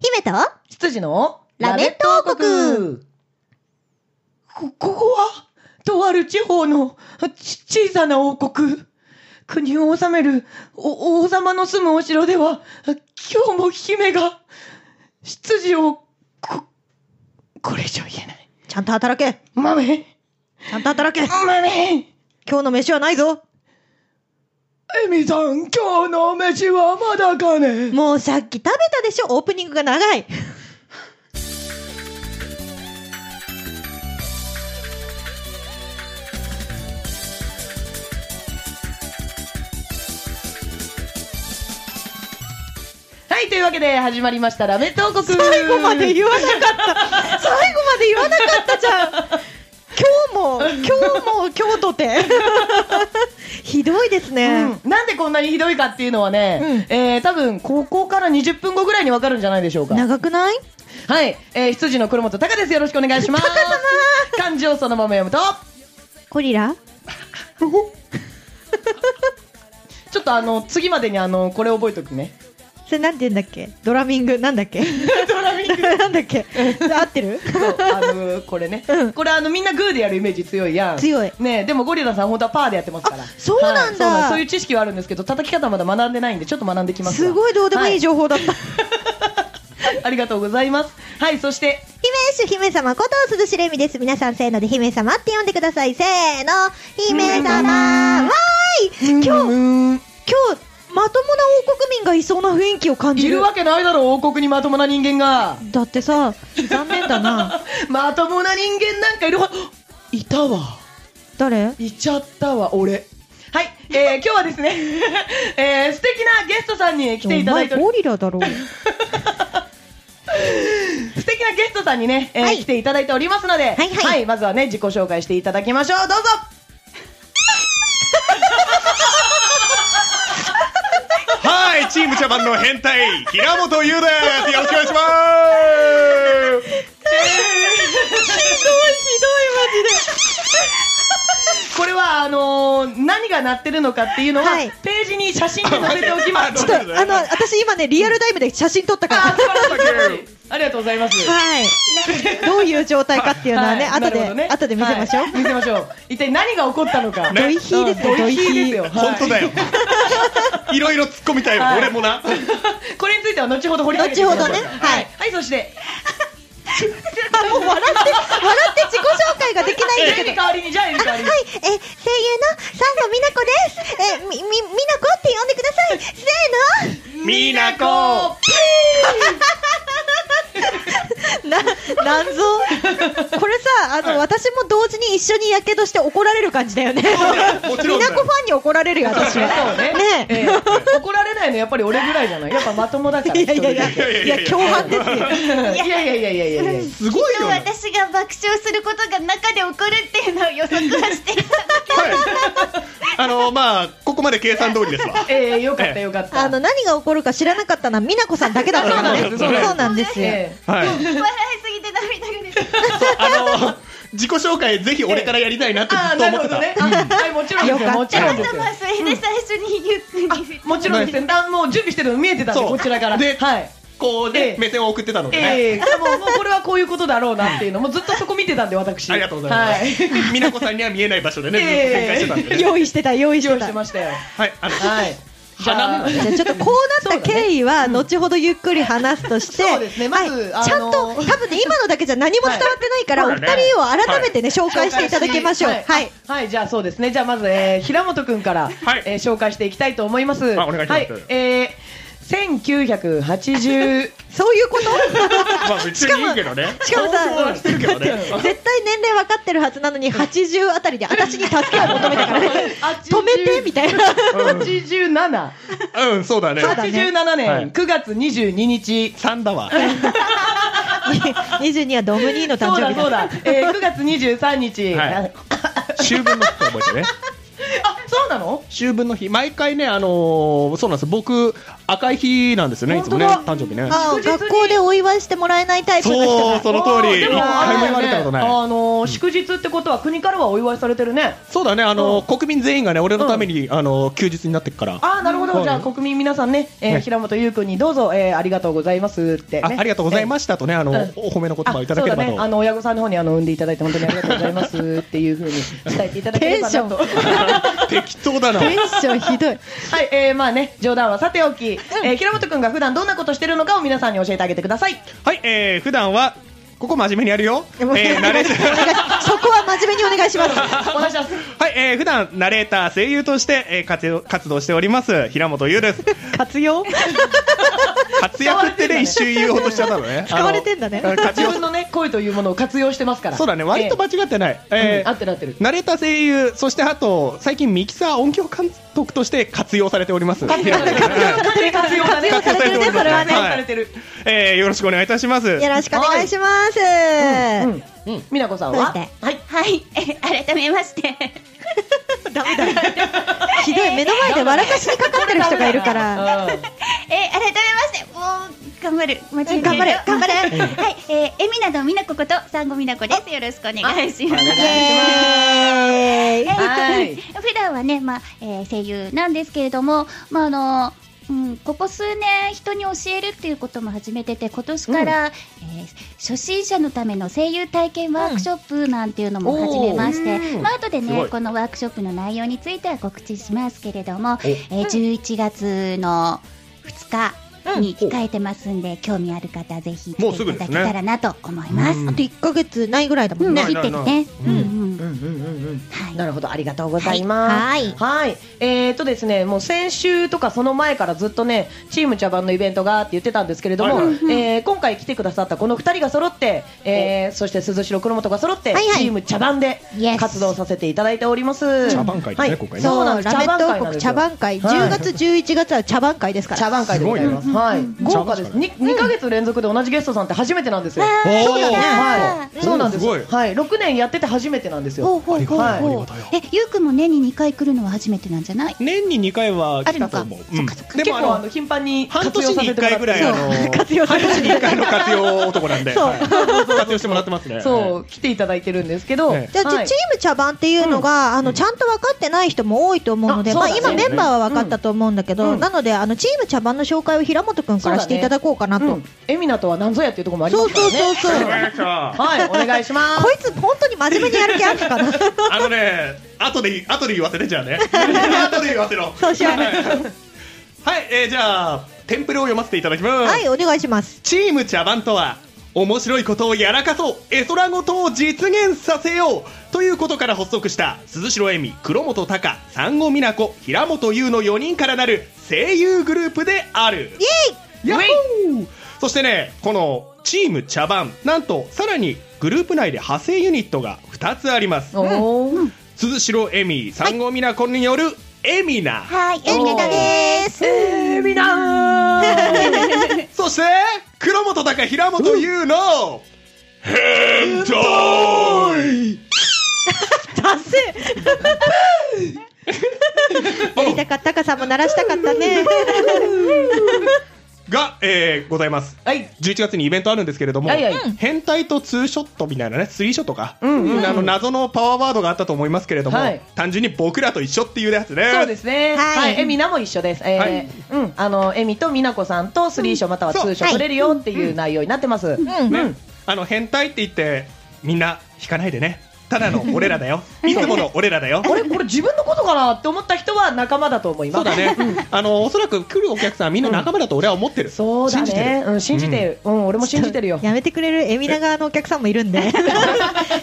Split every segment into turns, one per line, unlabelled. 姫と
羊の
ラメット王国
こ、ここは、とある地方のち小さな王国。国を治めるお王様の住むお城では、今日も姫が、執事を、こ、これ以上言えない。
ちゃんと働け
豆
ちゃんと働け
豆
今日の飯はないぞ
エミさん、今日の飯はまだかね
もうさっき食べたでしょオープニングが長い
はい、というわけで始まりましたラメット王国
最後まで言わな かった最後まで言わなかったじゃん今日も今日も今日とて ひどいですね、
うんなんでこんなにひどいかっていうのはね、
う
えー多分ここから20分後ぐらいにわかるんじゃないでしょうか。
長くない
はい、えー、羊の黒本隆です。よろしくお願いします。
高さ
漢字をそのまま読むと、
ゴリラ
ちょっとあの、次までにあの、これ覚えときね。
それなんて言うんだっけドラミングなんだっけ
ドラミング。
なんだっけ合ってる
そうあのこれね、これあのみんなグーでやるイメージ強いやん
強い
ねでもゴリラさん本当はパーでやってますから
あそうなんだ
はいそうそういう知識はあるんですけど叩き方まだ学んでないんでちょっと学んできます
すごいどうでもいい
じゃ
情報だった、
ん、はいありがとうございますはいそして
姫主姫様こと鈴しれみです。皆さんせーので姫様って呼んでください。せーの、姫様わーい今日、今日、
今
まともな王国民がいそうな雰囲気を感じ
い
る。
るわけないだろ王国にまともな人間が
だってさ、残念だな。
まともな人間なんかいるわいたわ
誰
いちゃったわ俺はい、えー、今日はですね、 えー、素敵なゲストさんに来ていただいて
お
お
前
り
ゴリラだ ろう。
素敵なゲストさんにね、えー
はい
来ていただいておりますので、はい
はい
まずはね自己紹介していただきましょうどうぞ
はい、チームジャパンの変態、平本優です。よろしくお願いします。
これはあのー何が鳴ってるのかっていうのは、
はい
ページに写真で載せておきます
あ
ちょっと、あの、私今ね、リアルタイムで写真撮ったから。
あ素晴らしい
Thank
ありがとうござ います
はい。どういう状態かっていうのはね、
はい
後
なる
で、
ほどね
後で見せましょう。
はい見せましょう一体何が起こったのか、
ドイヒーですね、
ド
ド
イ
イ
ヒ
ヒ
ーです
ー。
よ、はい
本当だよ。いろいろ突っ込みたいわ、
はい
俺もな。
これについては後ほど掘り下げていきましょう
後ほどね
は
はいい、
はい、そして
あもう笑って、笑って自己紹介ができないんだ
エ
けど
リ。代わりにじゃあエリ
あ
代
は
わ
い、
り
えー、
に
声優のサンゴ美奈子です。えー、み、み、美奈子って呼んでください。せーの。
みなこ。
な、なんぞ。これさ、あの、私も同時に一緒にやけどして怒られる感じだよね。
もち
美
ろんだ
奈子ファンに怒られるよ、私は。
そうね
ねえ
ええ怒られないのやっぱり俺ぐらいじゃないやっぱまともだから
いやいやいや、
一人
いや、共犯ですよ。
だけいやいやいやいやいやいや
すごいよね。
私が爆笑することが中で起こるっていうのを予測はしていたんだけ
はい。あの、まあ、ここまで計算通りですわ。
ええよかったよかった
あの、何が起こるか知らなかったのは美奈子さんだけだったからね。
そうなんですそうなんです
そうなんですよ。
ええ
はい。
ど笑いすぎて涙が出てきた
あの、自己紹介ぜひ俺からやりたいなってず
あ
っ
ー
と
なる
思っ
ほど
てた。
ねあはいもちろんですよ
よか
も
っ
ち
た
ろんですよ
頭それで最初に言ってに
もちろんですよだもう準備してるの見えてたんで
そう
こちらから
で
はい
こう
ええ
ね、目線を送ってたのでね。
ええもうもうこれはこういうことだろうなっていうのもずっとそこ見てたんで私
ありがとうございます
は。
みなこさんには見えない場所でね、ずっと
ええ
展開してたんでね。
用意してた、用意して
用意
た
して。ましたよ
はい、あの、
はいじゃあ
花
じゃあちょっとこうなった経緯は後ほどゆっくり話すとして、
そうですねまず
はい、ちゃんと
あのー
多分ね今のだけじゃ何も伝わってないから、
はい
お二人を改めてね、紹介していただきましょう。はい、
はい、はいじゃあそうですね。じゃあまず、えー、平本くんから、
はい
えー紹介していきたいと思います。
あお願いします
はい、えー、1980
そういう こと？
まあ、別に言うけどね。
しかも
放送はしてるけどね。
絶対年齢分かってるはずなのに80あたりで私に助けを求めたから ね
80
止めてみたいな。
87
うん、そうだね。
そうだね
87
は
年
い
9月22日。
三だわ。
22はドムニーの誕
そ
生
うだ
日
そうだ
だ。。
えー、9月23日。
はい
あ
秋分の日って覚えてね。
あ、そうなの？
秋分の日、毎回ね、あのーそうなんです。僕、赤い日なんですよね、いつもね、
本当
誕生日ね。
あ
祝日に
学校でお祝いしてもらえないタイプの人
そう、
だ
その通り。
で
一回
も
も
あれだよね
言われたことない。
あのー祝日ってことは国からはお祝いされてるね。
そうだね、あの、国民全員がね、俺のために、あの、休日になってっから。
あーなるほど、
うん
じゃあ国民皆さんね、えー
ね
平本優君にどうぞ、えーありがとうございますって、ね
あありがとうござい
す。
ましたとね、あの、お
うん
褒めの言
あ
葉をいただけれ
そ
ば
うだね、あ
と。
の親御さんの方にあの産んでいただいて本当にありがとうございますっていうふうに伝えていただければ なと
適当だな。
テンションひどい
はい、えー、まあね冗談はさておき、えー平本君が普段どんなことしてるのかを皆さんに教えてあげてくだ さい
はい、えー、普段は、ここ真面目にやるよ。えー、
もう
ナレーター。
そこは真面目にお願いします
お願いします
はい、えー、普段ナレーター、声優として、えー、活動活動しております、平本優です。
活用
活躍ってね、一周言おうとしちゃった のね。
使われてんだね
あの活
自
用
分のね声というものを活用してますから
そうだね、割と間違ってない。
えー
え
うん合
ー
ってる合ってる
ナレーター声優、そしてあと、最近ミキサー音響監督として活用されております。
活用されてる活用がね
活用されてるねそれはね
活用されてる
えー、よろしくお願いいたします。
よろしくお願いします、
うんうん美奈子さん
どう
は
して
はい
はい、え改めまして。
ダメだひどい目の前で笑かしにかかってる人がいるから
うん
え改めまして、もう頑張る。間違えない
頑張れ頑張れ
はい、えー、えみなどみなここと、さんごみなこです。よろしくお願いします。
イエーイ
はい
普段はね、まあ、えー声優なんですけれども、まあ、あの、うん、ここ数年人に教えるっていうことも始めてて今年から、えー初心者のための声優体験ワークショップなんていうのも始めまして、まあ後です
ご
ね
い
このワークショップの内容については告知しますけれども、えー11月の2日に控えてますんで、興味ある方ぜひ来
もう
て
す
い
ぐで
ただ
す
け
ね
たらなと思います。
あと1ヶ月ないぐらいだもんね、
切ってるね。うんうん
うんうんうんうん
はい
なるほどありがとうございます。
はい
はいえーとですねもう先週とかその前からずっとねチーム茶番のイベントがって言ってたんですけれども、
はいはい
えー今回来てくださったこの二人が揃って、えーそして鈴代黒本が揃って、
はいはい
チーム茶番で
Yes
活動させていただいております。
茶番会ですね今回ね
そ
そうう
な
なんん
で。
ですす。ラメット王
なんで
国
すよ
茶番会。
はい
10月11月は茶番会ですから。
茶番会でございます。
す
はい、豪華で
茶番会
す。に二ヶ月連続で同じゲストさんって初めてなんですよ。
おー
そうだね
はい、そうなんです。
すごい
はい、六年やってて初めてなんですよ。
ほうほうほう
あり
ほう
がたいよ。
え、ゆうくんも年に二回来るのは初めてなんじゃない？
年に2回は来たと思う。うんで
結
もあ
構あ
の
の頻繁に
半
活
年
用さ
に
せ
1
てもら
回
っ
ぐ
て
らい、あの
そう 活用さ
半
せて
年に1回の活用男なんで、
そう
はい活用してもらってますね。
そう来ていただいてるんですけど、
ええ
じゃあ、
はい
チーム茶番っていうのが、あのちゃんと分かってない人も多いと思うので、
あそう
ま
だ
あ、
ね
今メンバーは分かったと思うんだけど、
うん
なのであのチーム茶番の紹介を平本君からしていただこうかなと、
うんエミナとは何ぞやっていうところもありま
そう
すか
そう
らね
そうそう、
はい。あ
はいお願いします
こいつ本当に真面目にやる気あるのかな
のね、後で、後で言わせてじゃ あね。後で言わせろ。
そうしよう
はい、えー、じゃあ、テンプレを読ませていただきます。
はいお願いします
チーム茶番とは面白いことをやらかそう絵空事を実現させようということから発足した鈴代恵美黒本隆産後美奈子平本優の4人からなる声優グループであるイエイそしてねこのチーム茶番なんとさらにグループ内で派生ユニットが2つあります
おー
鈴代恵美産後美奈子によるエミナ、
はい、
エミナです
エミナ
そして黒本隆平本優の変態
達 成やりたかったかさんも鳴らしたかったね
が、えーございます
はい
11月にイベントあるんですけれども、
はいはいうん
変態とツーショットみたいなねスリーショットか、
うんうんうん
あの謎のパワーワードがあったと思いますけれども、
はい
単純に僕らと一緒っていうやつね
そうですね
はい
はいエミナも一緒ですえー
はい
うんあのエミと美奈子さんとスリーショーまたはツーショ
はい
ー取れるよっていう内容になってます
うん
ねあの変態って言ってみんな引かないでねただの俺ら だよいつもの俺らだよ
あれこれ自分のことかなって思った人は仲間だと思います
そうだね、あのおそらく来るお客さんみんな仲間だと俺は思ってる、
そうだ
信じてる
ねうん信じてるうん俺も信じてるよ
やめてくれるエミナ側のお客さんもいるん で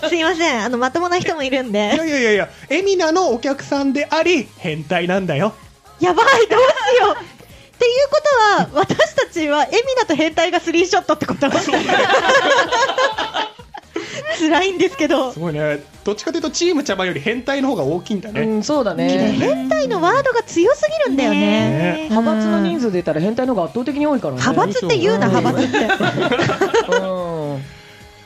すいませんあのまともな人もいるん
いや
で
いやいやいや、エミナのお客さんであり、変態なんだよ。
やばいどうしようっていうことは私たちはエミナと変態がスリーショットってこと辛いんですけど
すごいね。どっちかというと、チーム茶番より変態の方が大きいんだ
う
ね。
んそうだね
変態のワードが強すぎるんだよね
ね
派閥の人数で言ったら変態の方が圧倒的に多いからね
派閥って言うな
うん
派閥って
うん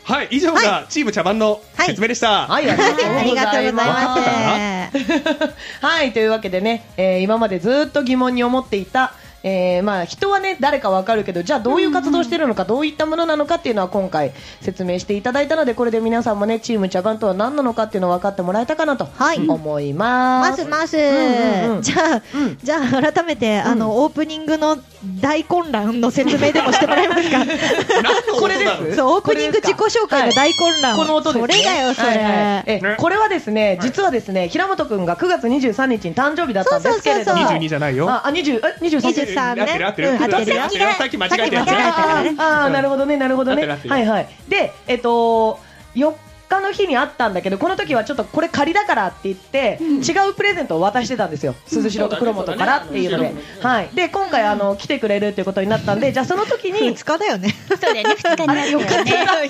はい、以上がチーム茶番の
はい
説明でした。
はい、あ
あり
り
が
が
とうござ
とうござ
い
い
ま
ますす。はい、というわけでね、えー今までずっと疑問に思っていたえーまあ、人はね誰かわかるけどじゃあどういう活動してるのか、どういったものなのかっていうのは今回説明していただいたのでこれで皆さんもねチーム茶番とは何なのかっていうのを分かってもらえたかなと
はい
思いま。
ますすます、
うんうん
じゃあ、
うん
じゃあ改めて、あのオープニングの大混乱の説明でもしてもらえますか
なんの音
これで
なの
す
そうオープニング自己紹介の大混乱、
この音です、ね、
それだよそれ、
はいはいえ
ね
これはですね実はですね平本くんが9月23日に誕生日だったんですけれども
そうそうそうそう
22じゃないよ
ああ20あ
23ね
23
合ってる合ってる
うん合ってるよ
合ってるよさっき間違えたやつ
さっき間違えたからね
ああ、なるほどね、なるほどね。
なってる
はいはい。で、えっと、4日の日にあったんだけど、この時はちょっとこれ仮だからって言って、違うプレゼントを渡してたんですよ。鈴代と黒本からっていうので。
そうだねそうだね
はい。で、今回、あの、来てくれるってことになったんで、じゃあその時 に、
2日だよね
そうだよね、二日になるよね。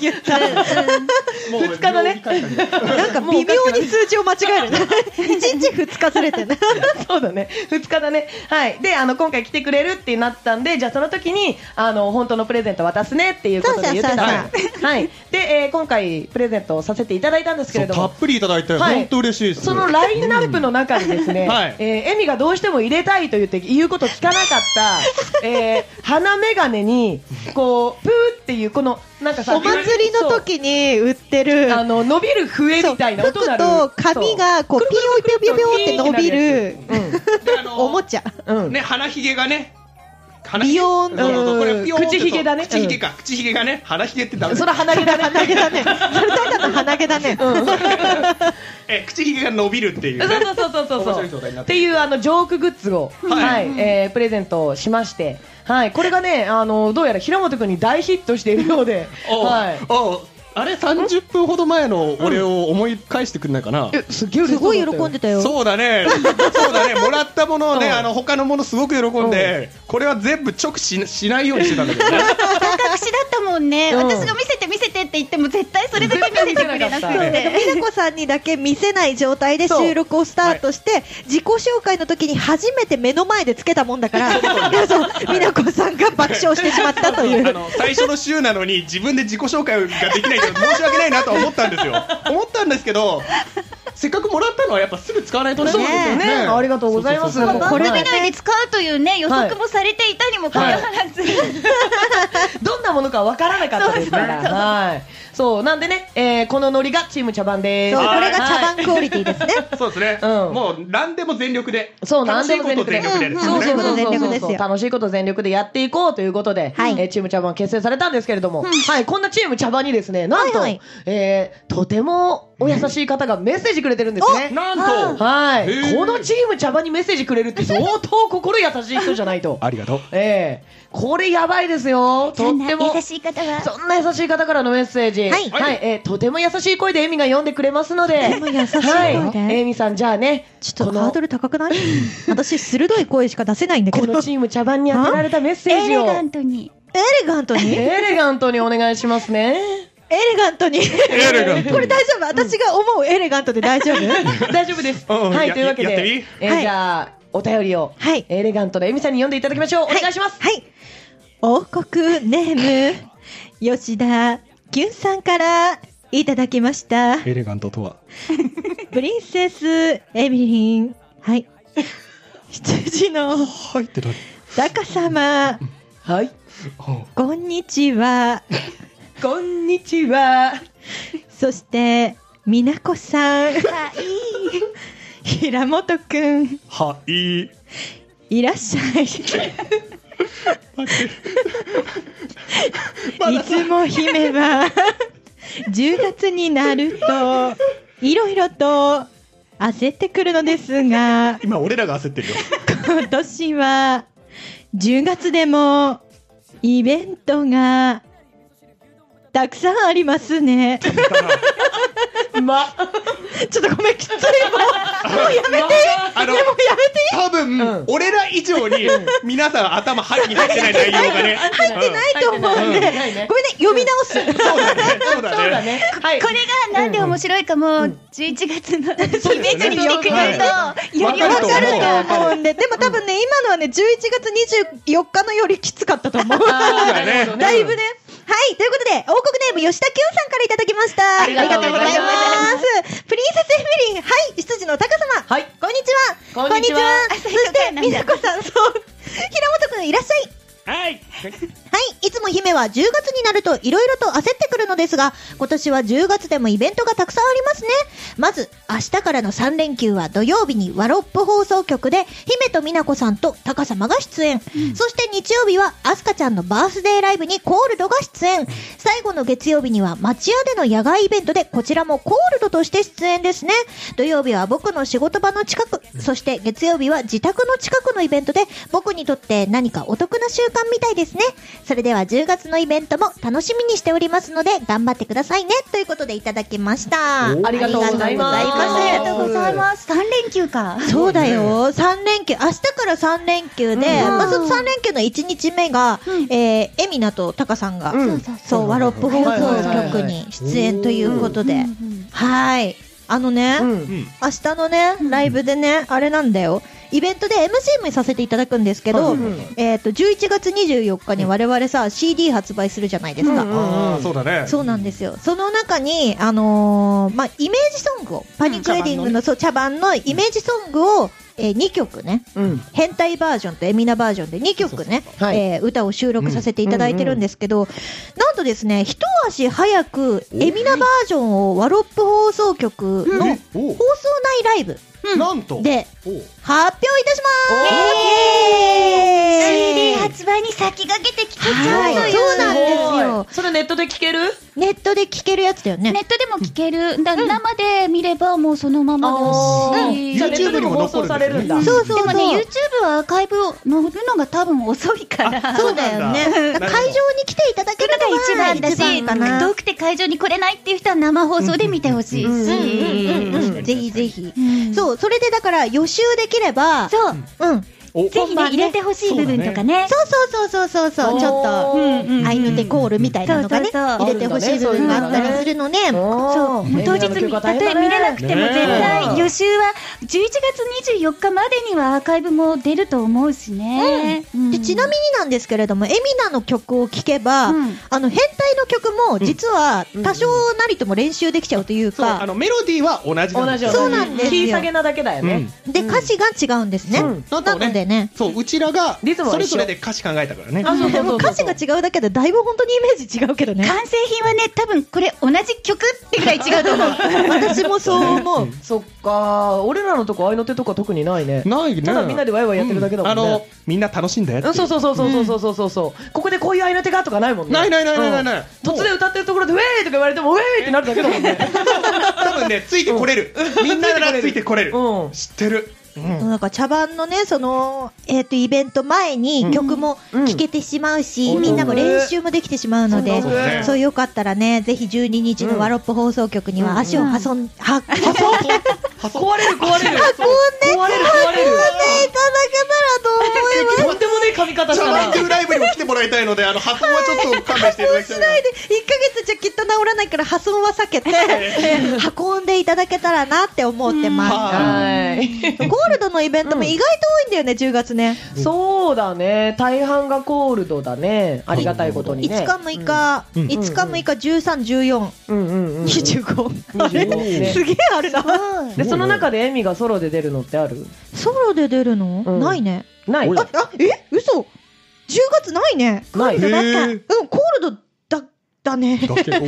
言った
もう
二日のね
秒間隔で
なんか微妙に数字を間違えるね一日二日ずれてね
そうだね。2日だね。はい。で、あの、今回来てくれるってなったんで、じゃあその時に、あの、本当のプレゼント渡すねっていうことで言ってたんですはい。で、えー今回、プレゼントをさせていただいたんですけ
そ
れ
う
ど
た
も
っ。ぷりいただいて
はい
本当嬉しいです
そのラインナップの中にですね、
うんはい
えーエミがどうしても入れたいと言って言うこと聞かなかった、えー鼻眼鏡にこうプーっていうこのなんかさ
お祭りの時に売ってる
そうあの伸びる笛みたいな
そう
音
服
鳴る
と髪がこうピヨピヨピヨって伸びる
であの
おもちゃ
そううん
ね鼻ひげがね鼻
ビヨーン
そうそうそうこれピヨーンって
口ひげだね
口ひげか口ひげがね鼻ひげってダメ
それ鼻毛だね
鼻毛だねそれただの鼻毛だね
え口ひげが伸びるっていうね
そうそうそうそう
面
そ
白
う
い状態にな
っ
って
ていうあのジョークグッズを、
は
はいいえープレゼントしまして、はい、これがねあのどうやら平本君に大ヒットしているようで、
おう
はい、
おうあれ30分ほど前の俺を思い返してくんないかな、
えすげえ嬉
す
しそ
ご
う
い
だったよ
喜んでたよ
そうだね、そうだね、もらったものをね、
うん
あの他のものすごく喜んで、これは全部直ししないようにしてたんだけどね、
隠しだったもんね。
うん
私が見せて見せてって言っても絶対それだけ見せてくれな
絶対見
く
なんか
て。
美奈子さんにだけ見せない状態で収録をスタートして、自己紹介の時に初めて目の前でつけたもんだから、そう美奈子さんが爆笑してしまったとい
あ
う。
の最初の週なのに、自分で自己紹介ができないけど、申し訳ないなとは思ったんですよ、思ったんですけど、せっかくもらったのは、やっぱすぐ使わないとね、
そうですよ
ねありがとうございます
そうそうそう
まあ
番
これ
組
でね
内で使うというね、予測もされていたにもかかわらず。
どんなものかわからなかったですから。はい。そう、なんでね、えーこのノリがチーム茶番です。
そうこれが茶
はい
番クオリティですね。
そうですね、
うん
もう何でも全力で、
そう
楽しいこと
何でも
を全
全力
力
で
でです
そ
ね、
うそう
楽しいこと全力です
そうそうそう
よ
楽しいこと全力でやっていこうということで、
はい
えーチーム茶番結成されたんですけれども、はい、こんなチーム茶番にですね、なんと、
はいはい
えーとてもお優しい方がメッセージくれてるんですね。
なんと、
は
へー
い、このチーム茶番にメッセージくれるって相当心優しい人じゃないと。
ありがとう。
ええこれやばいですよ。と
そ
っ
んな
ても
優しい方は。
そんな優しい方からのメッセージ、
はい
えーとても優しい声でエミが読んでくれますので、
とても優しい声で
はい、エミさん、じゃあね、
ちょっ
ことの
ハードル高くない私、鋭い声しか出せないんだけ
こ
ど。
の
エ
チーム茶番に当てられたメッセー
エ
ジ
レ
を
ガントに。
レガント
エ
にエ
レガントにお願いしますね。
レガントにこ
エレガント
れ大丈夫私が思うエレガントで大丈夫
大丈夫です。
うんうん
はい、
や
というわけ
やっ
で
てみ、
えー
はい
じゃあ、お便りを、
はい
エレガントのエミさんに読んでいただきましょう。お願いします。
はい。王国ネーム、吉田きゅんさんからいただきました。
エレガントとは、
プリンセスエミリン。はい。 羊の
入ってない。
高様、
はい、
こんにちは。
こんにちは。
そして、美奈子さん、
あ、いい。
平本くん、
はい。
いらっしゃい。いつも姫は、10月になると、いろいろと焦ってくるのですが、
今俺らが焦ってるよ。
今年は10月でもイベントがたくさんありますね。 ちょ
ま、
っとごめん、きついもう。もうやめて。もうや
あの、
め て。
多分、
うん
俺ら以上に皆さん頭入に入ってない内容がね。入
入ってないと思うんで。ごめん
入ってないね
ね、読み直す。
そうだね。そう
そう
だ
だ
ね。
ね。はい
こ。れがなんで面白いかも、11月のイベン トに来てくれる
は
と、より
わ
わ
か
わか
る
る
かる
わ
と思うんで。でも多分ね、今のはね、11月24日のよりきつかったと 思う。
あー
だね
なるほど
だいぶね。はい、ということで、王国ネーム吉田きゅんさんからいただきました。あ
りがとうございます
す。プリンセスエミリン、はい、執事の高様。
はい
こんにちは。
こんにちは
こんにちはそして、みなこさん、そう。
くんいらっしゃい
はい
はい、いつも姫は10月になると色々と焦ってくるのですが、今年は10月でもイベントがたくさんありますね。まず、明日からの3連休は土曜日にワロップ放送局で、姫と美奈子さんと高様が出演。そして日曜日は、アスカちゃんのバースデーライブにコールドが出演。最後の月曜日には、町屋での野外イベントで、こちらもコールドとして出演ですね。土曜日は僕の仕事場の近く、そして月曜日は自宅の近くのイベントで、僕にとって何かお得な習慣みたいですね。それでは10月のイベントも楽しみにしておりますので、頑張ってくださいね。ということでいただきました。
お
ありがとうございます
ありがと
とう
うございます
ございます。三連休か。
そうだよ、3連休、明日から3連休で、
うん
まず3連休の1日目が、
うん
えー、エミナとタカさんが、
うん
そうそう
そう、ワロップ放送局に出演ということ
う
で、
んうん
はい、あのね、
うん
うん
明日のね、ライブでね、あれなんだよ、イベントで MC もさせていただくんですけど、
うんうん
えっと11月24日に我々さ、CD 発売するじゃないですか。
うんうん
ああそうだね
そうなんですよ。その中に、あのーまあ、イメージソングを、パニックレディングの、そう、茶番のイメージソングを、えー、2曲ね、
うん。
変態バージョンとエミナバージョンで2曲ね
そうそう、
はい
えー歌を収録させていただいてるんですけど、なんとですね、一足早く、エミナバージョンをワロップ放送局の放送
おう
内ライブ
なんと
で
おう
発表いたします
CD
イエーイ
発売に先駆けて聞けちゃ
は
うとい
い、
う。
そうなんですよ。
それネットで聞ける
ネットで聴けるやつだよね。
ネットでも聞ける。だ生で見ればもうそのままだし。
じゃあネットでも放送されるんだ。
そうそう
で
そう。
もね、YouTube はアーカイブを乗るのが多分遅いから。
そうだよね。
そうなんだ
会場に来ていただけるのが
一番だし、
一番かな
遠くて会場に来れないっていう人は生放送で見てほしいし。
うん
うんうんうん
うん
ぜひぜひ。
うん
そう、それでだから予習できれば、
そう。
うん。
お
ぜひね、入れてほしい部分とかね。
そうそうそうそうそうそう、ちょっと。
うんうん
愛の手コールみたいなのがね、
そうそうそう
入れてほしい部分があったりするのね。
そう。もう当日に、たとえ見れなくても
ね
絶対予習は11月24日までにはアーカイブも出ると思うしね。うん
でちなみになんですけれども、エミナの曲を聴けば、
うん
あの変態の曲も実は多少なりとも練習できちゃうという
そう
か
あ、のメロディーは同じ
同じ
そうなんですよ
切り下げなだけだよね。
で歌詞が違うんですね。
うん
なのでね、
そううちらが
リズムは一緒
それぞれで歌詞考えたからね
あそうそうそうそう
もう歌詞が違うだけでだいぶ本当にイメージ違うけどね。
完成品はね、多分これ同じ曲ってぐらい違うと思う。
私もそう思う。
そっか、俺らのとこ愛の手とか特にないね。
ないね
ただみんなでワイワイやってるだけだもんね
あのみんな楽しんで
うん、そうそうそうそうそうそうそうそう、ここでこういう愛の手がとかないもんね。
ないないないないない
うん
ない
突然歌ってるところでウェーイとか言われてもウェーイってなるだけだもんね。
多分ねついてこれるみんなならついてこれる
うん
知ってるうん
なんか茶番のね、その、えっ、と、イベント前に曲も
うん
聴けてしまうし、
うん
みんなも練習もできてしまうので、
そう
だね
そうよかったらね、ぜひ12日のワロップ放送局には足を挟ん、は、運んでいただ
壊れ
け
る壊れる。壊れる壊れ
たらと思います。
る。とってもね髪型し
チャ
た
バン
な
キ。ューライブにも来てもらいたいのであの発音はちょっと勘弁していただきたい
しないで、1ヶ月じゃきっと治らないから破損は避け て、運んでいただけたらなって思ってま
はい。
す。ゴールドのイベントも意外と多いんだよね、10月ね。
そうだね。大半がコールドだね。ありがたいことにね。
5日6日、
うん
5日6日13、
うんうんうん。
14、25。あれ
ね
すげえあるな。
でその中でエミがソロで出るのってある？
ソロで出るの、
うん
ないね。
ない。
あ、あ、え、嘘。10月ないね。
ない。
なん
へ
か、う
ー
ん、コールドだ、だね。
だけど
だから
う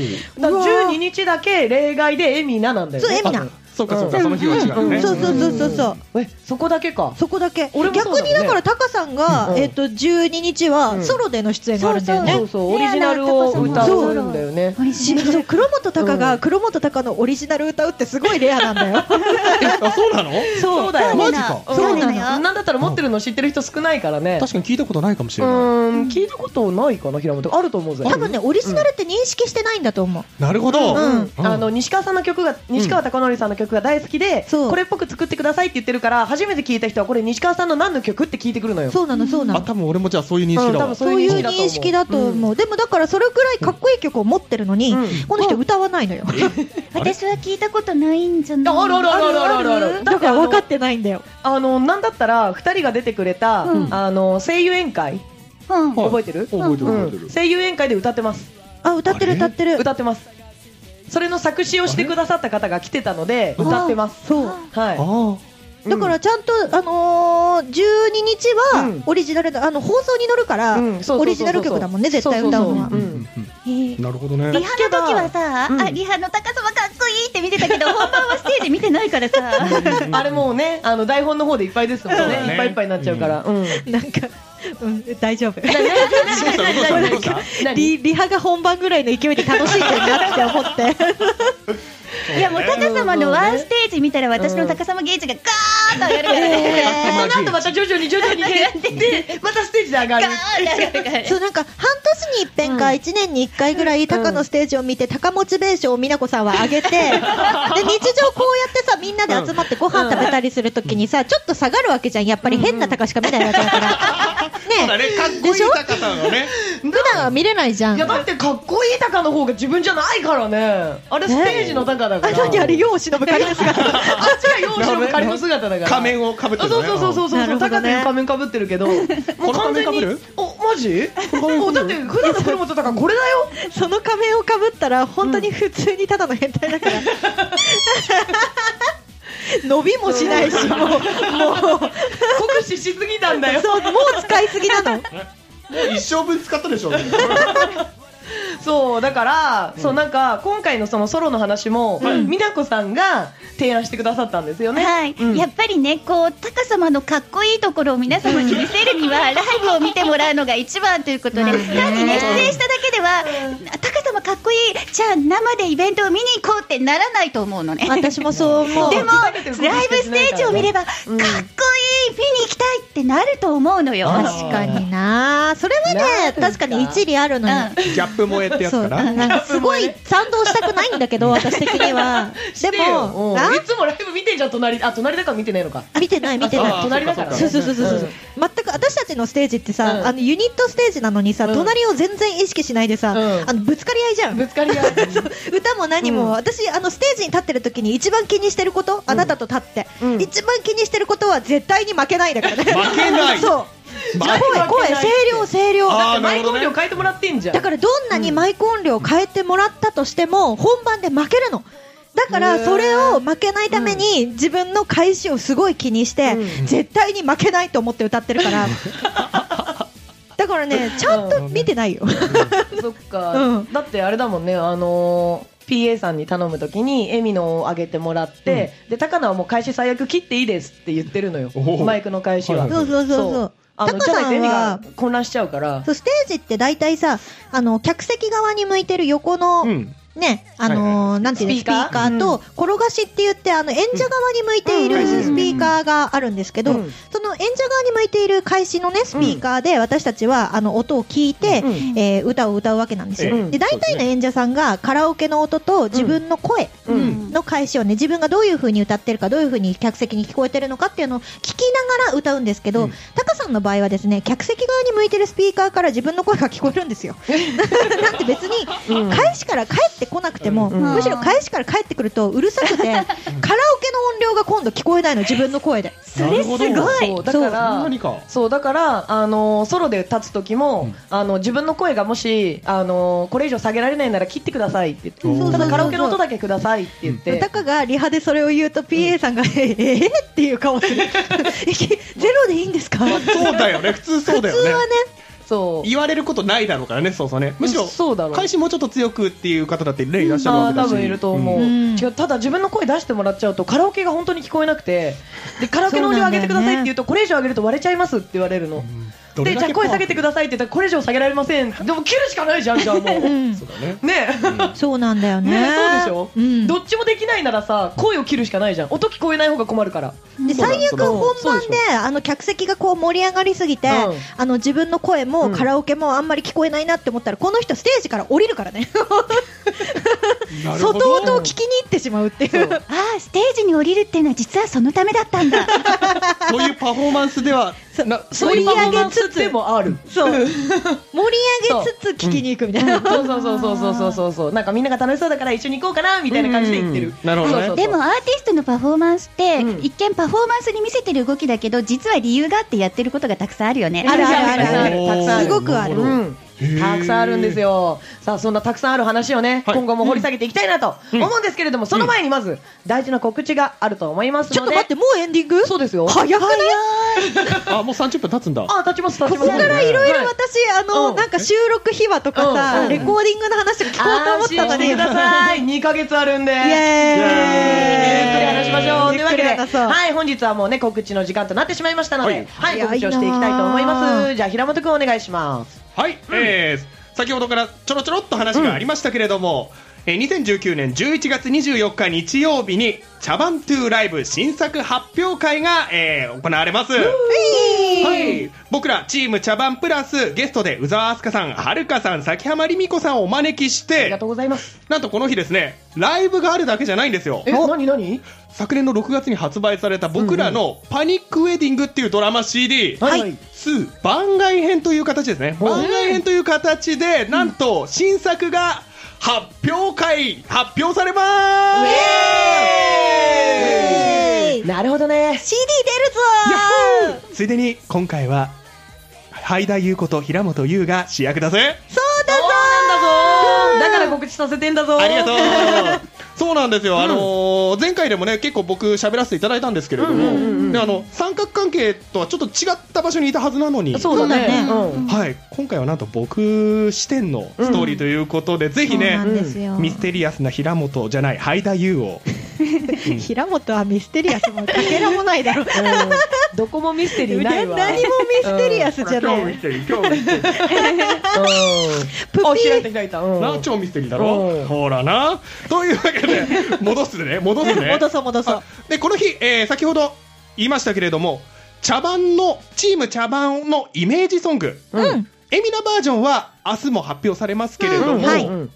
わー
12日だけ例外でエミナなんだよ
そう、
ね。
エミナ。
そうかそうかその日は違うね
そうそうそうそうそう。
えそこだけか。
そこだけ。
俺もそうだも
逆
んね
にだから、タカさんが、
うん
えっと、12日
う
は
ん
ソロでの出演があるんだよね。
そうそうオリジナルを歌うんだよね。
オリジナル
そう、黒本タカ
う
が
ん
黒本タカのオリジナル歌うってすごいレアなんだよ。
えあそうなの
そうだよ。
マジか
そうなの
うんなんだったら持ってるの知ってる人少ないからね。
確かに聞いたことないかもし
う
れない
ーん聞いたことないかな平本あると思うぜ。
多分ね、オリジナルって認識してないんだと思う。
なるほど
うん
あの西川さんの曲が西川貴教さんの曲が大好きで、
そう
これっぽく作ってくださいって言ってるから初めて聞いた人はこれ西川さんの何の曲って聞いてくるのよ。
そうなの、そうな
あ
の。
多分俺もじゃあそういう認識だ
うん多分
わ
そういう認識だと思う。でもだからそれくらいかっこいい曲を持ってるのに、
うん
この人歌わないのよ。
私は聞いたことないんじゃない
あるあるあるあるあるある
だから分かってないんだよ。
あのなんだったら二人が出てくれた、
うん
あの声優宴会
うん
はい
覚えてる？
覚えてる覚えて
うん
る
声優宴会で歌ってます。
あ、歌ってる
あれ
歌ってる。
歌ってます。それの作詞をしてくださった方が来てたので
あ
歌ってます。
そう。
はい。
あ
だからちゃんと、あのー、12日
う
は
ん
オリジナルのあの放送に乗るから、
うんそうそうそうそう
オリジナル曲だもんね絶対歌うのは
そうそうそう
えー
なるほどね
リハの時はさ、
うん
あリハの高さはかっこいいって見てたけど、本番はステージ見てないからさ、
あれもうね、あの台本の方でいっぱいですもん
そう
ね。
だね
いっぱいいっぱいになっちゃうから。うん。
なんか、うん、大丈夫
どうしたどうしたどうした
何
リリハが本番ぐらいの勢いで楽しんでるなって思って
いやもう高様のワンステージ見たら、私の高様ゲージがガーッと上がるからね、
その後また徐々に徐々に減って、またステージで上がる
ガ。ーッと上がるからね。
そうなんか半年に一遍か一年に一回ぐらい高のステージを見て高モチベーションを美奈子さんは上げて で日常こうやってさみんなで集まってご飯食べたりするときにさちょっと下がるわけじゃんやっぱり変な高しか見ないわけだから
そうだ
ね
ねかっこいい高さんをね
普段は見れないじゃん
いやだってかっこいい高の方が自分じゃないからね。あれステージの高だか
あ
ら。
何あれ世を忍ぶ仮の姿
あっちが容姿の仮の姿だから。
仮面をかぶって
あ
る
そうそうそうそうそう、
なるほど
高
ね
で仮面かぶってる けど、もう
この仮面被る
お、マジもうだって普段の黒本とかこれだ よ
その仮面をかぶったら本当に普通にただの変態だから伸びもしな いしもうもう
酷使しすぎたんだよ
そうもう使いすぎなの
もう一生分使ったでしょ
そうだから、そうなんか今回のそのソロの話も、美奈子さんが提案してくださったんですよね、
はい、
うん
やっぱりね、こう、タカ様のかっこいいところを皆様に見せるには、ライブを見てもらうのが一番ということで、
まあ
単
ね
にね、出演しただけでは、タカ様かっこいい、じゃあ生でイベントを見に行こうってならないと思うのね。
私もそう思う
でも、
自
ラ
宅で
イブ
てる
ステージを見れば、かっこいい、見に行きたいってなると思うのよ。
あ
確かになそれは
な
ね
んか
確かに一理あるのよ、
う
ギャップ萌えってやつ
そ
か
う
な
なんかすごい賛同したくないんだけど私的にはで
でも
も
うん
ない
つもライブ見てんじゃん隣あ隣だから見てないのか
見てない見て
あ
ない
隣だから
そうそうそうそうそう、全く私たちのステージってさ、
うん
あのユニットステージなのにさ、
うん
隣を全然意識しないでさ、
うん
あのぶつかり合いじゃ
うん
ん
ぶつかり 合う
歌も何も、
うん
私あのステージに立ってる時に一番気にしてること、あなたと立って、
うん
一番気にしてることは絶対に負けないだからね
負けない
そう
ま
声
あ
声声量声量
あー
マイ音量変えてもらってんじゃん
だからどんなにマイク音量を変えてもらったとしても本番で負けるのだからそれを負けないために自分の返しをすごい気にして
うん
絶対に負けないと思って歌ってるから だからねちゃんと見てないよ
そっか、
うん
だってあれだもんね、あのー PA さんに頼むときにエミのをあげてもらって、で高菜はもう開始最悪切っていいですって言ってるのよ
おお
マイクの開始は、
はいは
そうそうそ
そ
うそう
うあの
高
じ
さ
ゃな
んは
いとエミが混乱しちゃうから
そうステージって大体さあの客席側に向いてる横の、
うん
ね、あのー
はい
なんていうのス
ス
ピ
ピ
ー
ー
カ
カー
ーと、転がしって言って、あの、演者側に向いて
う
い
ん
る
うんうんうん
スピーカーがあるんですけど、
うん
その演者側に向いている開始のね、スピーカーで、私たちは、あの、音を聞いて、
うん
えー歌を歌うわけなんですよ。
うん
で、大体の演者さんが、カラオケの音と自分の声
うん
ん
の開始をね、自分がどういう風に歌ってるか、どういう風に客席に聞こえてるのかっていうのを聞きながら歌うんですけど、
うん
タカさんの場合はですね、客席側に向いてるスピーカーから自分の声が聞こえるんで すよ。なんて別に、
うん
返しから帰ってこなくても、
うん
むしろ返しから帰ってくるとうるさ くて、カラオケの音量が今度聞こえないの自分の声で
それすごい。
なるほど
そうだから
何か
そうだから、あのーソロで立つ時も、
うん
あの自分の声がもし、あのーこれ以上下げられないなら切ってくださいって
そ
言
う
っ
そうそ
て
う
ただカラオケの音だけくださいって言って、
タカがリハでそれを言うと PA さんが、えーっていう顔 する えゼロでいいんですか普
そうだよね普通そうだ
通
よ
は
ね
ね
そう
言われることないだろうからねそうそうねむしろ
そうだろう
返しもうちょっと強くっていう方だってねいらっしゃる
あ
わ
あ
けだ
多
し
分いると思う、
うん
違うただ自分の声出してもらっちゃうとカラオケが本当に聞こえなくてでカラオケの音量上げてくださいって言うとこれ以上上げると割れちゃいますって言われるの、
どれ
で
だ
じゃ
け
あ声下げてくださいって言ったらこれ以上下げられませんでも切るしかないじゃんじゃあもう
う
ね
ん
そうだね
え
そうなんだよね
ねえそうでしょ、
うん
どっちもできないならさ声を切るしかないじゃん音聞こえない方が困るから
で
そうだ
最
そ
悪
うだ
本番
そう
で
で
あの客席がこう盛り上がりすぎて、
うん
あの自分の声も
うん
カラオケもあんまり聞こえないなって思ったらこの人ステージから降りるからね
なる ほど
外音を聞きに行ってしまうっていう
そう
ああ、ステージに降りるっていうのは実はそのためだったんだ。
そういうパフォーマンスではな
そういうパフォーマンスでもある
そう盛り上げつつ聞きに行くみたいな、
そうそうそうそうそうそうそうなんかみんなが楽しそうだから一緒に行こうかなみたいな感じで言ってる、
うんなるほどね
そうそう
で
そう
もアーティストのパフォーマンスって、
うん
一見パフォーマンスに見せてる動きだけど、実は理由があってやってることがたくさんあるよね。
あるあるあるあ
たくさんあ
る
る
すごくある
うん、たくさんあるんですよ。さあ、そんなたくさんある話をね、
はい
今後も掘り下げげていきたいなと思うんですけれども、その前にまず大事な告知があると思いますので
ちょっと待って、もうエンディング
そうですよ
早くない
あもう30分経つんだ
あ立ちます立
こ
ちます
こからいろいろ私、あ
う
の、
ん
なんか収録秘話とか
うんう
さ、
ん
レコーディングの話とか聞こうと思っ
安心
たの
して
に。
ください2ヶ月あるんで
イエ
ゆっくり
ーイ
話しましょう。と
ゆ
いう
っ
わ
く
け
り
で、
話そう
はい、本日はもうね、告知の時間となってしまいましたの
は
で、
い
はい、
早
告
い
知
なあ
をしていきたいと思います。じゃあ、平本くんお願いします。
はい、えー先ほどからちょろちょろっと話がありましたけれども、えー2019年11月24日日曜日に茶番トゥーライブ新作発表会が、えー行われます。はい、僕らチーム茶番プラスゲストで宇沢明日香さん、はるかさん、崎浜りみこさんをお招きし
ありが
て
と、うございます。
なんとこの日ですね、ライブがあるだけじゃないんですよ。
え、なになに
昨年の6月に発売された僕らの「パニックウェディング」っていうドラマ CD2、
はい
番外編という形ですね
おう
番外編という形でなんと新作が発表会発表されます
イエーイ
なるほどね。
CD 出るぞー
ついでに今回は灰田優子と平本優が主役だぜ
そうだ
そう
ぞ
なんだぞだから告知させてんだぞ
あり がとうそうなんですよ、あのー前回でもね結構僕喋らせていただいたんですけれども、
うんうんうんうん
であの三角関係とはちょっと違った場所にいたはずなのに
そうだね。
そうだね
うん
はい、今回はなんと僕視点のストーリーということで、ぜひ
そうな
ね
んですよ
ミステリアスな平本じゃない灰田優を
平本はミステリアスもかけらもないだろ
う
う。
ん どこもミステリーない
何も
わ。
ミステリアスじゃない。
テリー今日ミステリー
プ
うん。あ、
ピ
開いた開いた。うん
な超ミステリーだろ
うん
ほらなというわけで戻すね戻すね
戻そう戻そう
あ。でこの日、えー先ほど言いましたけれども茶番のチーム茶番のイメージソング、
うん
うん
エミナバージョンは明日も発表されますけれども、
うんはい
ん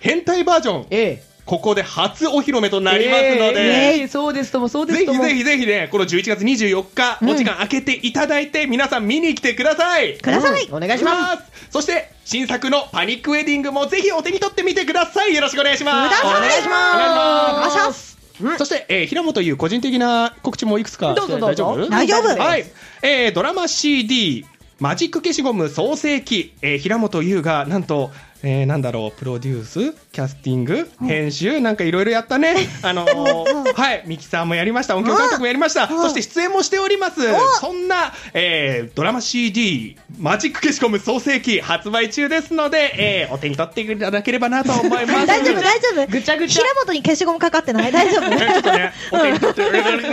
変態バージョン
ええ。
ここで初お披露目となります
え
ので、
えええそうですとも、そうです
ぜ
と
ひ
も。
ぜひぜひね、この11月24日、お時間空けていただいて、皆さん見に来てください。
ください。
うんお願いします。
す。そして、新作のパニックウェディングもぜひお手に取ってみてください。よろしくお願いします。
くださいお願いします
お願いし
お願いし
ま。
ます
そして、えー、平本優個人的な告知もいくつかして
どうぞどうぞ
大丈夫
大丈夫
です
はい。えー、ドラマ CD、マジック消しゴム創世記、えー、平本優が、なんと、えー、なんだろう、プロデュース、キャスティング、編集、なんかいろいろやった ね。あのー、はい、ミキサーもやりました、音響監督もやりました、
うん
そして出演もしております。そんな、えー、ドラマ CD、マジック消しゴム創世記、発売中ですので、えー、お手に取っていただければなと思います。
大丈夫大丈夫。
ぐちゃぐちゃ
平本に消しゴムかかってない。大 丈夫。
ね
ね
ちょっとね、お手に取っていただければ
え、ゆう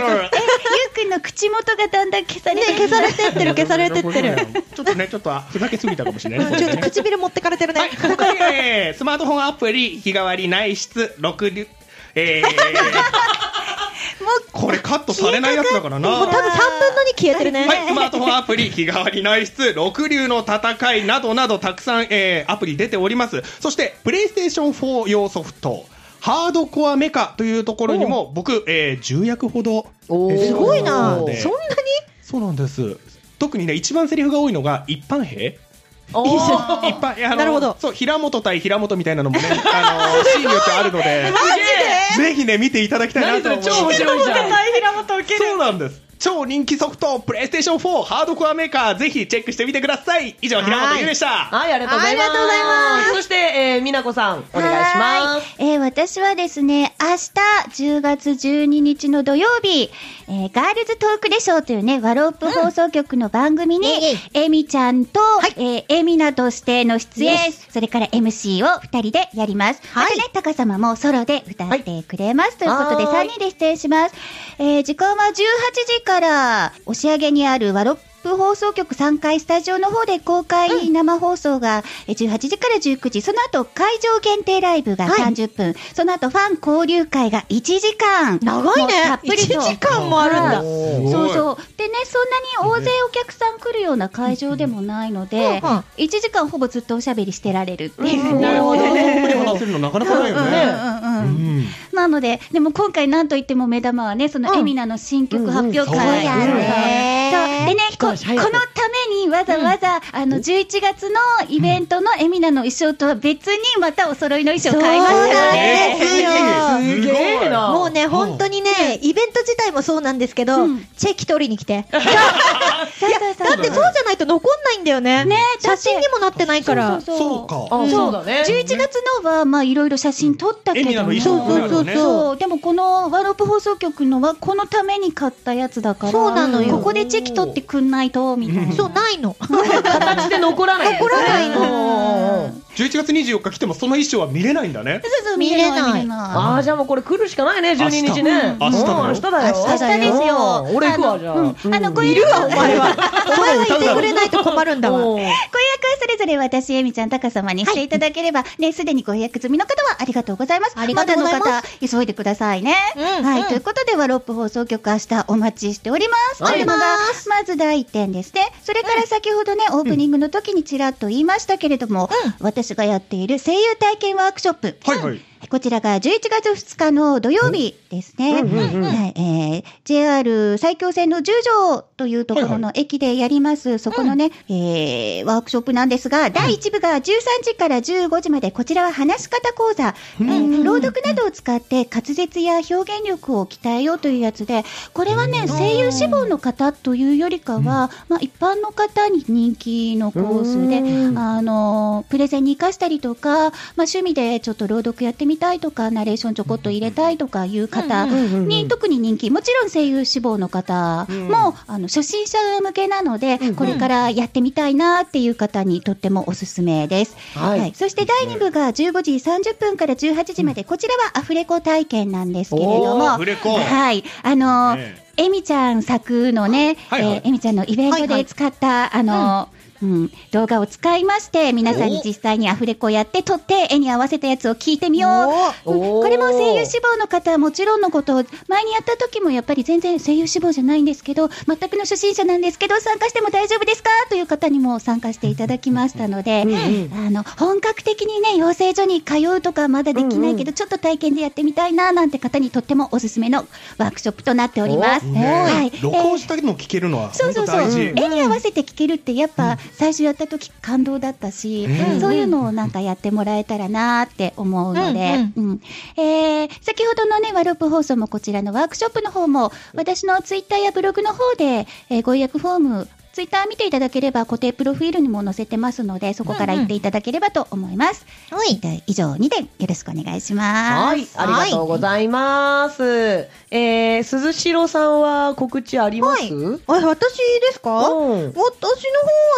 くんの口元がだんだん消されてる
消されてってる消されてって る。
ちょっとね、ちょっとふざけすぎたかもしれない
うん
です
ち
ね
ょっと唇持ってかれてるね
はい、。他に、えー、スマートフォンアプリ、日替わり内出、六流、えー、
もう
これカットされないやつだからな。
もう多
は
分3分の2消えてる
い、
ね。
スマートフォンアプリ、日替わり内出、六流の戦いなどなど、たくさん、えー、アプリ出ております。そして、プレイステーション4用ソフト、ハードコアメカというところにも、僕、えー、10役ほど、
おー
すごい
そ
な。そん
う
なに
でそうなんです。特にね、一番セリフが多いのが、一般兵
おー
いいじゃ
いっぱい、あの、
なるほど
そう、平本対平本みたいなのもね、あの、シーンによってあるので、ぜひね、見ていただきたいな
何
と
そ
思
れ
います。
超面白いじゃん。
平本受
そうなんです。超人気ソフト、プレイステーション4、ハードコアメーカー、ぜひチェックしてみてください。以上、平本優でした。
はい、ありがとうございます。
ありがとうございます
そして、えー、美奈子さん、お願いします。
はいえー私はですね、明日10月12日の土曜日、えーガールズトークでしょうというね、ワロップ放送局の番組に
うんイエイ、
エミちゃんと、
い
えーエミナとしての出演、
Yes
それから MC を2人でやります。
はい
またね、タカ様もソロで歌ってくれま
は
す。
い
というこ
は
とで、
ーい
3人で出演します。えー時間は18時から、押上にあるワロップ放送局3階スタジオの方で公開生放送がえー18時から19時、その後会場限定ライブが
はい
30分、その後ファン交流会が1時間。
長いね
もうたっ。ぷ
1
りと。
時間もあるんだ。
すごい
そうそう。でね、そんなに大勢お客さん来るような会場でもないので、
うんうん
1時間ほぼずっとおしゃべりしてられるっていう。
なるほど
ね。ここで話せるのなかなかないよ
うん
ね。
うんうん
うん
なので、でも今回なんといっても目玉はね、そのエミナの新曲発表会。
うんうんそうや
そうでねこ、このた
早く
めにわざわざ、あの、11月のイベントのエミナの衣装とは別にまたお揃いの衣装を買いまし
そう
た
な
の
ん
で。
ですよ
えー
す
す
げ
ごい
えな。
もうね、本当にね、イベント自体もそうなんですけど
うん、
チェキ取りに来て。だ
そうそうそう
ってそうじゃないないと残んないんだよね。
ねえだ
写
って
真にもなってないから。
そう
そうか
あ、
うん
そうだね。
11月のは、まあ、いろいろ写真撮ったけ
エミナ
ど
の
も、
衣
そ
装も
う
ね
そうそ
あれはね
そう
うそう
でもこのワロープ放送局のはこのために買ったやつだから
そうなのよ
ここでチェキ取ってくんないとみたいな。
そう、ないの。
形で残らない、
残らないの
の。
11月24日来てもその衣装は見れないんだね
そうそう
見れない
見れ
ああー、じゃあもうこれ来るしかないね、12日ね。
明日明日だよ
うん明日だよ。
明日だよ
うん俺行くわ、じゃあ。
うんあの、ご予約、ご予
前 は。お前は言ってくれないと困るんだ わ。
おー
約はそれぞれ私、えみちゃん、高様にしていただければ、ね、すでにご予約済みの方はありがとうございます。
ありがとうございます
まだの方、急いでくださいね。
うん
はい、
うん
ということで、ワロップ放送局、明日お待ちしております。
はい
というのが、まず第一点ですね。それから先ほどね、オープニングの時にちらっと言いましたけれども、私がやっている声優体験ワークショップ。
はいはい
こちらが11月2日の土曜日ですね。
うんうんうん
はいえー JR 埼京線の十条というところの駅でやります。そこのね、えーワークショップなんですが、第1部が13時から15時まで、こちらは話し方講座、えー朗読などを使って滑舌や表現力を鍛えようというやつで、これはね、声優志望の方というよりかは、まあ、一般の方に人気のコースで、あのプレゼンに生かしたりとか、まあ、趣味でちょっと朗読やってみたいとかナレーションちょこっと入れたいとかいう方に特に人気もちろん声優志望の方も、あの初心者向けなので、これからやってみたいなっていう方にとってもおすすめです。
はい
そして第2部が15時30分から18時まで、こちらはアフレコ体験なんですけれど
おー
も、
アフレコ
はい、あの
ね
えみちゃん作のね、
はいはい
えーえみちゃんのイベントで使った、あの、うん動画を使いまして、皆さんに実際にアフレコやって撮って、絵に合わせたやつを聞いてみよう。
おー
これも声優志望の方はもちろんのこと、前にやった時もやっぱり全然声優志望じゃないんですけど、全くの初心者なんですけど、参加しても大丈夫ですかという方にも参加していただきましたので、あの、本格的にね、養成所に通うとかまだできないけど、ちょっと体験でやってみたいな、なんて方にとってもおすすめのワークショップとなっております。
ね
はい。
録音したのを聞けるのは
そう
本
そ
当
うそう、
大事
絵に合わせて聴けるってやっぱ最初やった時感動だったし、
うん
そういうのをなんかやってもらえたらなーって思うので、うんえー先ほどのねワループ放送もこちらのワークショップの方も私のツイッターやブログの方で、えーご予約フォームツイッター見ていただければ固定プロフィールにも載せてますのでそこから行っていただければと思います。
はい。
で以上2点よろしくお願いします。
はい、ありがとうございます。えー、鈴代さんは告知ありま
はい
す、。
あ私ですか私の
うん
方は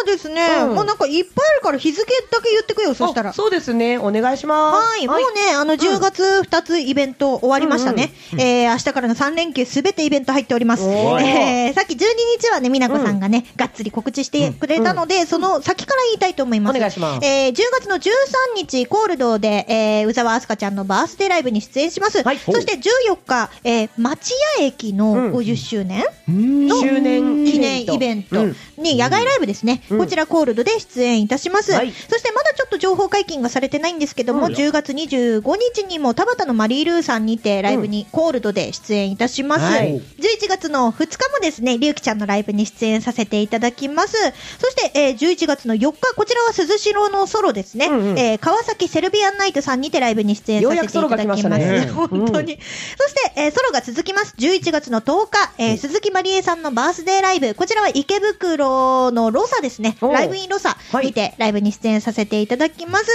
ですね、
うん
もうなんかいっぱいあるから日付だけ言ってくよ、そしたら
あ。そうですね、お願いします。
はい、もうね、あの、10月2つイベント終わりましたね。えー明日からの3連休すべてイベント入っております。
おー
えーさっき12日はね、美奈子さんがね、がっつり告知してくれたので、その先から言いたいと思います。
お願いします
えー10月の13日、コールドで、えー、宇沢明日香ちゃんのバースデーライブに出演します。
はい
そして14日、えー、町屋駅の50周年、の
周年
記念イベント
うん
に野外ライブですね、
うん
こちらコールドで出演いたします、
はい
そしてまだちょっと情報解禁がされてないんですけども、
うん
10月25日にも田畑のマリールーさんにてライブにコールドで出演いたします、
はい
11月の2日もですねりゅうきちゃんのライブに出演させていただきますそして、えー11月の4日こちらは鈴代のソロですね、
うんうん
えー川崎セルビアンナイトさんにてライブに出演させていただきます
ようやくソロが来ましたね
本当に、そして、えーソロが続きます。11月の10日、えー鈴木まりえさんのバースデーライブ。こちらは池袋のロサですね。
おう
ライブインロサ
はい
にてライブに出演させていただきます。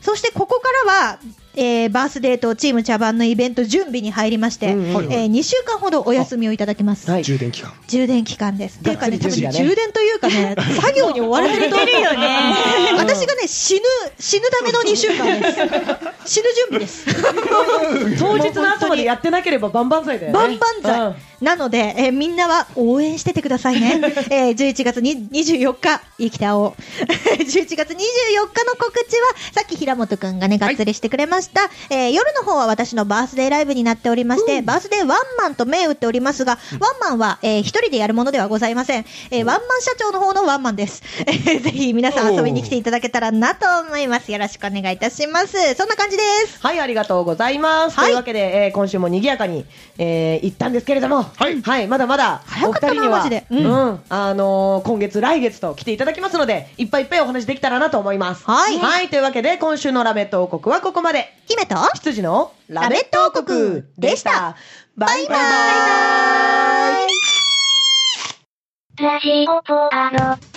そして、ここからは、えーバースデーとチーム茶番のイベント準備に入りまして、
うんうん
え2週間ほどお休みをいただきます。
はい
充電期間
充電期間です。っていうかね、
が
多
っ
分
つり準
充
備だね
電というか ね、作業に追われてると思う。私がね、死ぬ、死ぬための2週間です。 死ぬ準備です。
当日の朝までやってなければ万々歳だよね。
万々歳、なので、えーみんなは応援しててくださ いね、えー、11月に24日生きた青 11月24日の告知はさっき平本くんがねがっつりしてくれました、えー夜の方は私のバースデーライブになっておりまして、バースデーワンマンと銘打っておりますが、ワンマンは、えー一人でやるものではございません、えーワンマン社長の方のワンマンです、 えーぜひ皆さん遊びに来ていただけたらなと思いますよろしくお願いいたしますそんな感じです
はい、ありがとうございます。
は
とい
い
うわけで、えー今週も賑やかに、えー行ったんですけれども、
はい
まだまだ、
早かったな
お二人には、
マジでう
うんん、あのー今月、来月と来ていただきますので、いっぱいいっぱいお話できたらなと思います。
はい
というわけで、今週のラメット王国はここまで。
姫と
羊のラメット王国でした。バイバイ
バイバイ
ラジオポアド。